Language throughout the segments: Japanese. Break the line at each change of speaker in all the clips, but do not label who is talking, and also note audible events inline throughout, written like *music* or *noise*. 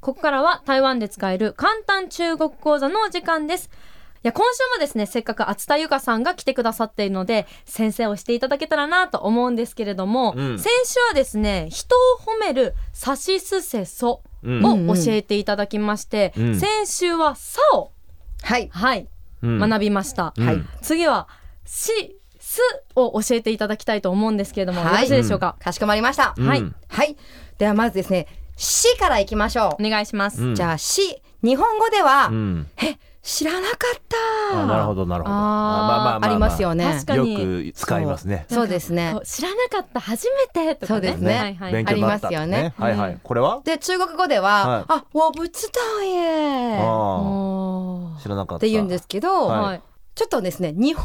ここからは台湾で使える簡単中国講座のお時間です。いや今週もですねせっかく厚田由香さんが来てくださっているので先生をしていただけたらなと思うんですけれども、
うん
先週はですね人を褒める「さしすせそ」
うん
を教えていただきまして、
うん
先週は「さ」を、
はい。
はい、
うん
学びました、
うん
はい
次は「し」「す」を教えていただきたいと思うんですけれども、
はい
よろしいでしょうか、
かしこまりました。
うん
はい
はい。ではまずですね、死からいきましょう。
お願いします、
うん
じゃあ死、日本語では、
うん
え、知らなかった。
あなるほどなるほど
あー
ま
ありますよね。
確か
よ
に
く使いますね
そうそうです
な
ね
んか知らなかった初めてとかね
そうですね
はいはい
勉強になったって
ありますよね
はいはいこれは
で、中国語では、
はい
あ、我不知道耶。
あ
おー
あ知らなかった
って言うんですけど、
はい
はい
ちょっとですね、日本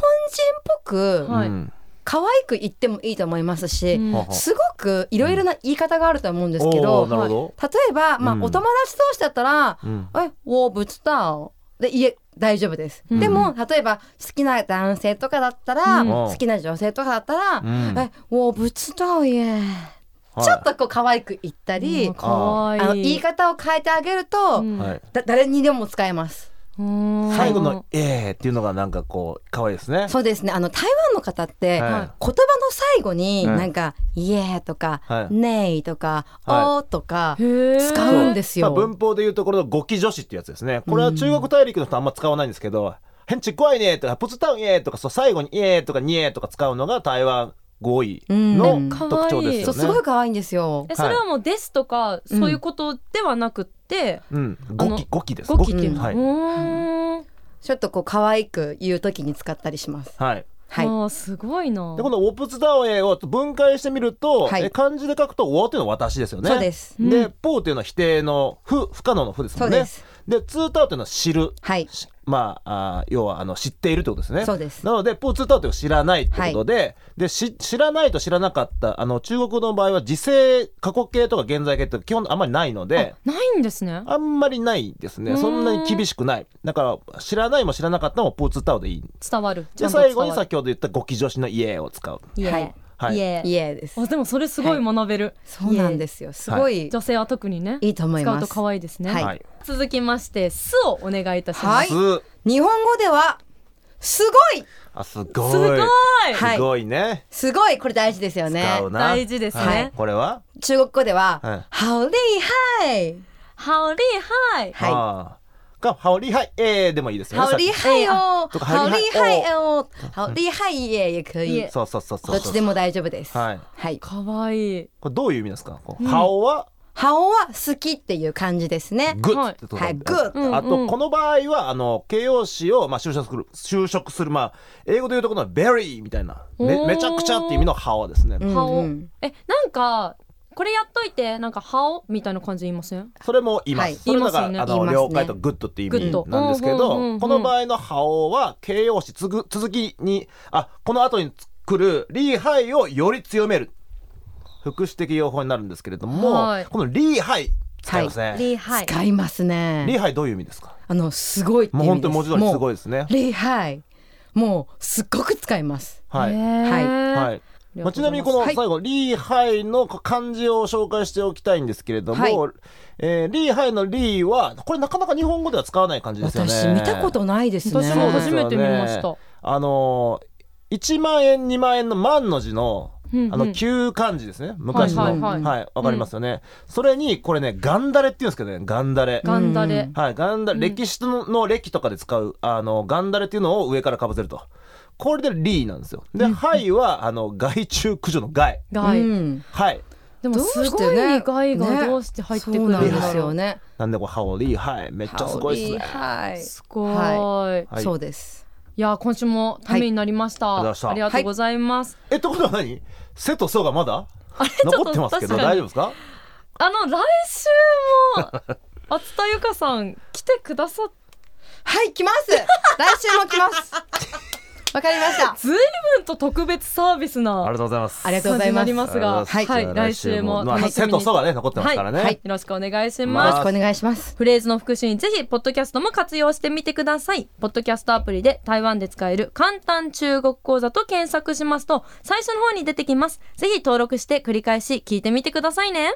人っぽく、
はい
うん
可愛く言ってもいいと思いますし、
うん
はは
すごくいろいろな言い方があると思うんですけど、
おーなるほど
例えば、まあ、
うん
お友達同士だったら、
うん
え、我不知道。で、いえ、大丈夫です。
うん
でも、例えば、好きな男性とかだったら、
うん
好きな女性とかだったら、
うん
え、我不知道
は
耶。
い
ちょっとこう、可愛く言ったり、
うんかわいい
あの、言い方を変えてあげると、
うん
はい
だ誰にでも使えます。
うん
最後の「えー」っていうのがなんかこう可愛いですね
そうですね。あの、台湾の方って、
はい
言葉の最後に、
はい
なんか、イエーとか、
はい
ねいとか、
はい
おーとか、
へー
使うんです
まあ
よ。
文法でいうところの語気助詞ってやつですねこれは中国大陸の人あんま使わないんですけど「変地怖いね」とか「プツタウンえ」とかそう最後に「え」とか「にえ」とか使うのが台湾語彙
う
の
ん
特徴ですよ
そう、すご
ね
い可愛いんですよ。
えそれはもうですとかそういうことではなくって、
うん
あ
語
の
気語気です
語気っていうの、
はいう
ーん
ちょっとこう可愛く言うときに使ったりします。
はい
はい。
あーすごいな
でこの「オプツダウンえ」を分解してみると、
はい
え漢字で書くと「お」っていうのは私ですよね
そうです
う
で「ぽ」っていうのは否定の「不」不可能の「不」ですもん
そう
ね
です
で「ツータウっていうのは知る
はい。
しまああー要はあの知っているってことですね。
そうです
なのでポーツータウトを知らないってことで,、でし知らないと知らなかったあの中国語の場合は時制過去形とか現在形って基本あんまりないので。
ないんですね
あんまりないです
う
ね
ーん
そんなに厳しくないだから知らないも知らなかったもポーツータウでいい
伝わるちゃ
で
んと
最後
伝わ
に
る
先ほど言った語気助詞の「家」を使う
はい
はい
イエーイ
イエーです
あ。でもそれすごい学べる、
そうなんですよ。すごい
女性は特にね
いいと思い
使
ま
う
す。
と可愛いですね、
はい
続きまして「す」をお願いいたします、
はい
す
日本語では、すごい
あすごい
すごい
はい
すごいね
すごいこれ大事ですよね。
使うな
大事ですね
はいこれは
中国語では、
はい
好厉害
好厉害
はい
あーか「ハオリハイえー」でもいいですよね
好厉害よ
とか
好厉害
はいはい
よ好厉害耶也可以
いえ
そうそうそうそう
どっちでも大丈夫です。
はい
はい。
かわいい
これどういう意味ですかこう「ハオは
ハオは好きっていう感じですね。
グ
はい
ッ」ってこと
はい
だ
グッ
うんうん
あとこの場合はあの形容詞をまあ就職する就職するまあ英語で言うとこの「ベリー」みたいな
お
め
ー
めちゃくちゃっていう意味の「ハオですね
うん
顔、
うん
えなんかこれやっといてなんか「はお」みたいな感じ言いません
それも言いま
はい
すそれだか
言いま
らあ
す
よね
の
言いますね
了解と「グッド」っていう意味
グッド
なんですけ
うんうんうんう
ど
ん
この場合の「ハオは形容詞つぐ続きにあこの後に来る「リーハイ」をより強める副詞的用法になるんですけれども
はい
この「リーハイ」使いますね
リーハイ
使います
リー
ね。
ハイどういう意味ですか
あの、すごいっていう
もう
意味
本
で
当
す。
に文字通りすごい
い。
ですね。
厉害。もう、すっごく使います。
はい。
は
はいい。まあ、ちなみにこの
はい
最後、リーハイの漢字を紹介しておきたいんですけれども、
はい
えーリーハイのリーは、これなかなか日本語では使わない漢字ですよね。
私、見たことないですね。
私も初めて見まし
そうですよ
た
ね。あのー、1万円、2万円の万の字の、
うんうん
あの、旧漢字ですね。昔の。
は
はいい、
は
わ、
いはい
かりますよね。それに、これね、ガンダレって言うんですけどね、ガンダレ。
ガンダレ。
はい、ガンダ歴史のの歴とかで使うあのガンダレっていうのを上からかぶせるとこれでリーなんですよで、ハイはあの害虫駆除の害
ガイ、
うん
はい
でもすごいガイがどうして入ってくるんだ
ね
ろう
そうなんですよね。
なんでこれハオリーハイめっちゃすごいですねあ
はい。
すごい、い、
はい
そうです。
や今週もためになりました、
はい
ありがとうございます、
えってことは何セとソがまだ
ょっと
残ってますけど
確かに
大丈夫ですか
あの来週も厚田由香さん来てくださっ
はい、来ます。来週も来 *laughs* ます。わかりました。
ずいぶんと特別サービスな
ありがとうございます
ありがとうございま
感
す
じになりますが
ありがとうござ
はいい、来週も楽しみに
セとソがね残ってますからね、
はいはい、よろしくお願いし
よ
ま
ろ
す
しくお願いします。
フレーズの復習にぜひ、ポッドキャストも活用してみてください。ポッドキャストアプリで台湾で使える簡単中国講座と検索しますと、最初の方に出てきます。ぜひ登録して繰り返し聞いてみてくださいね。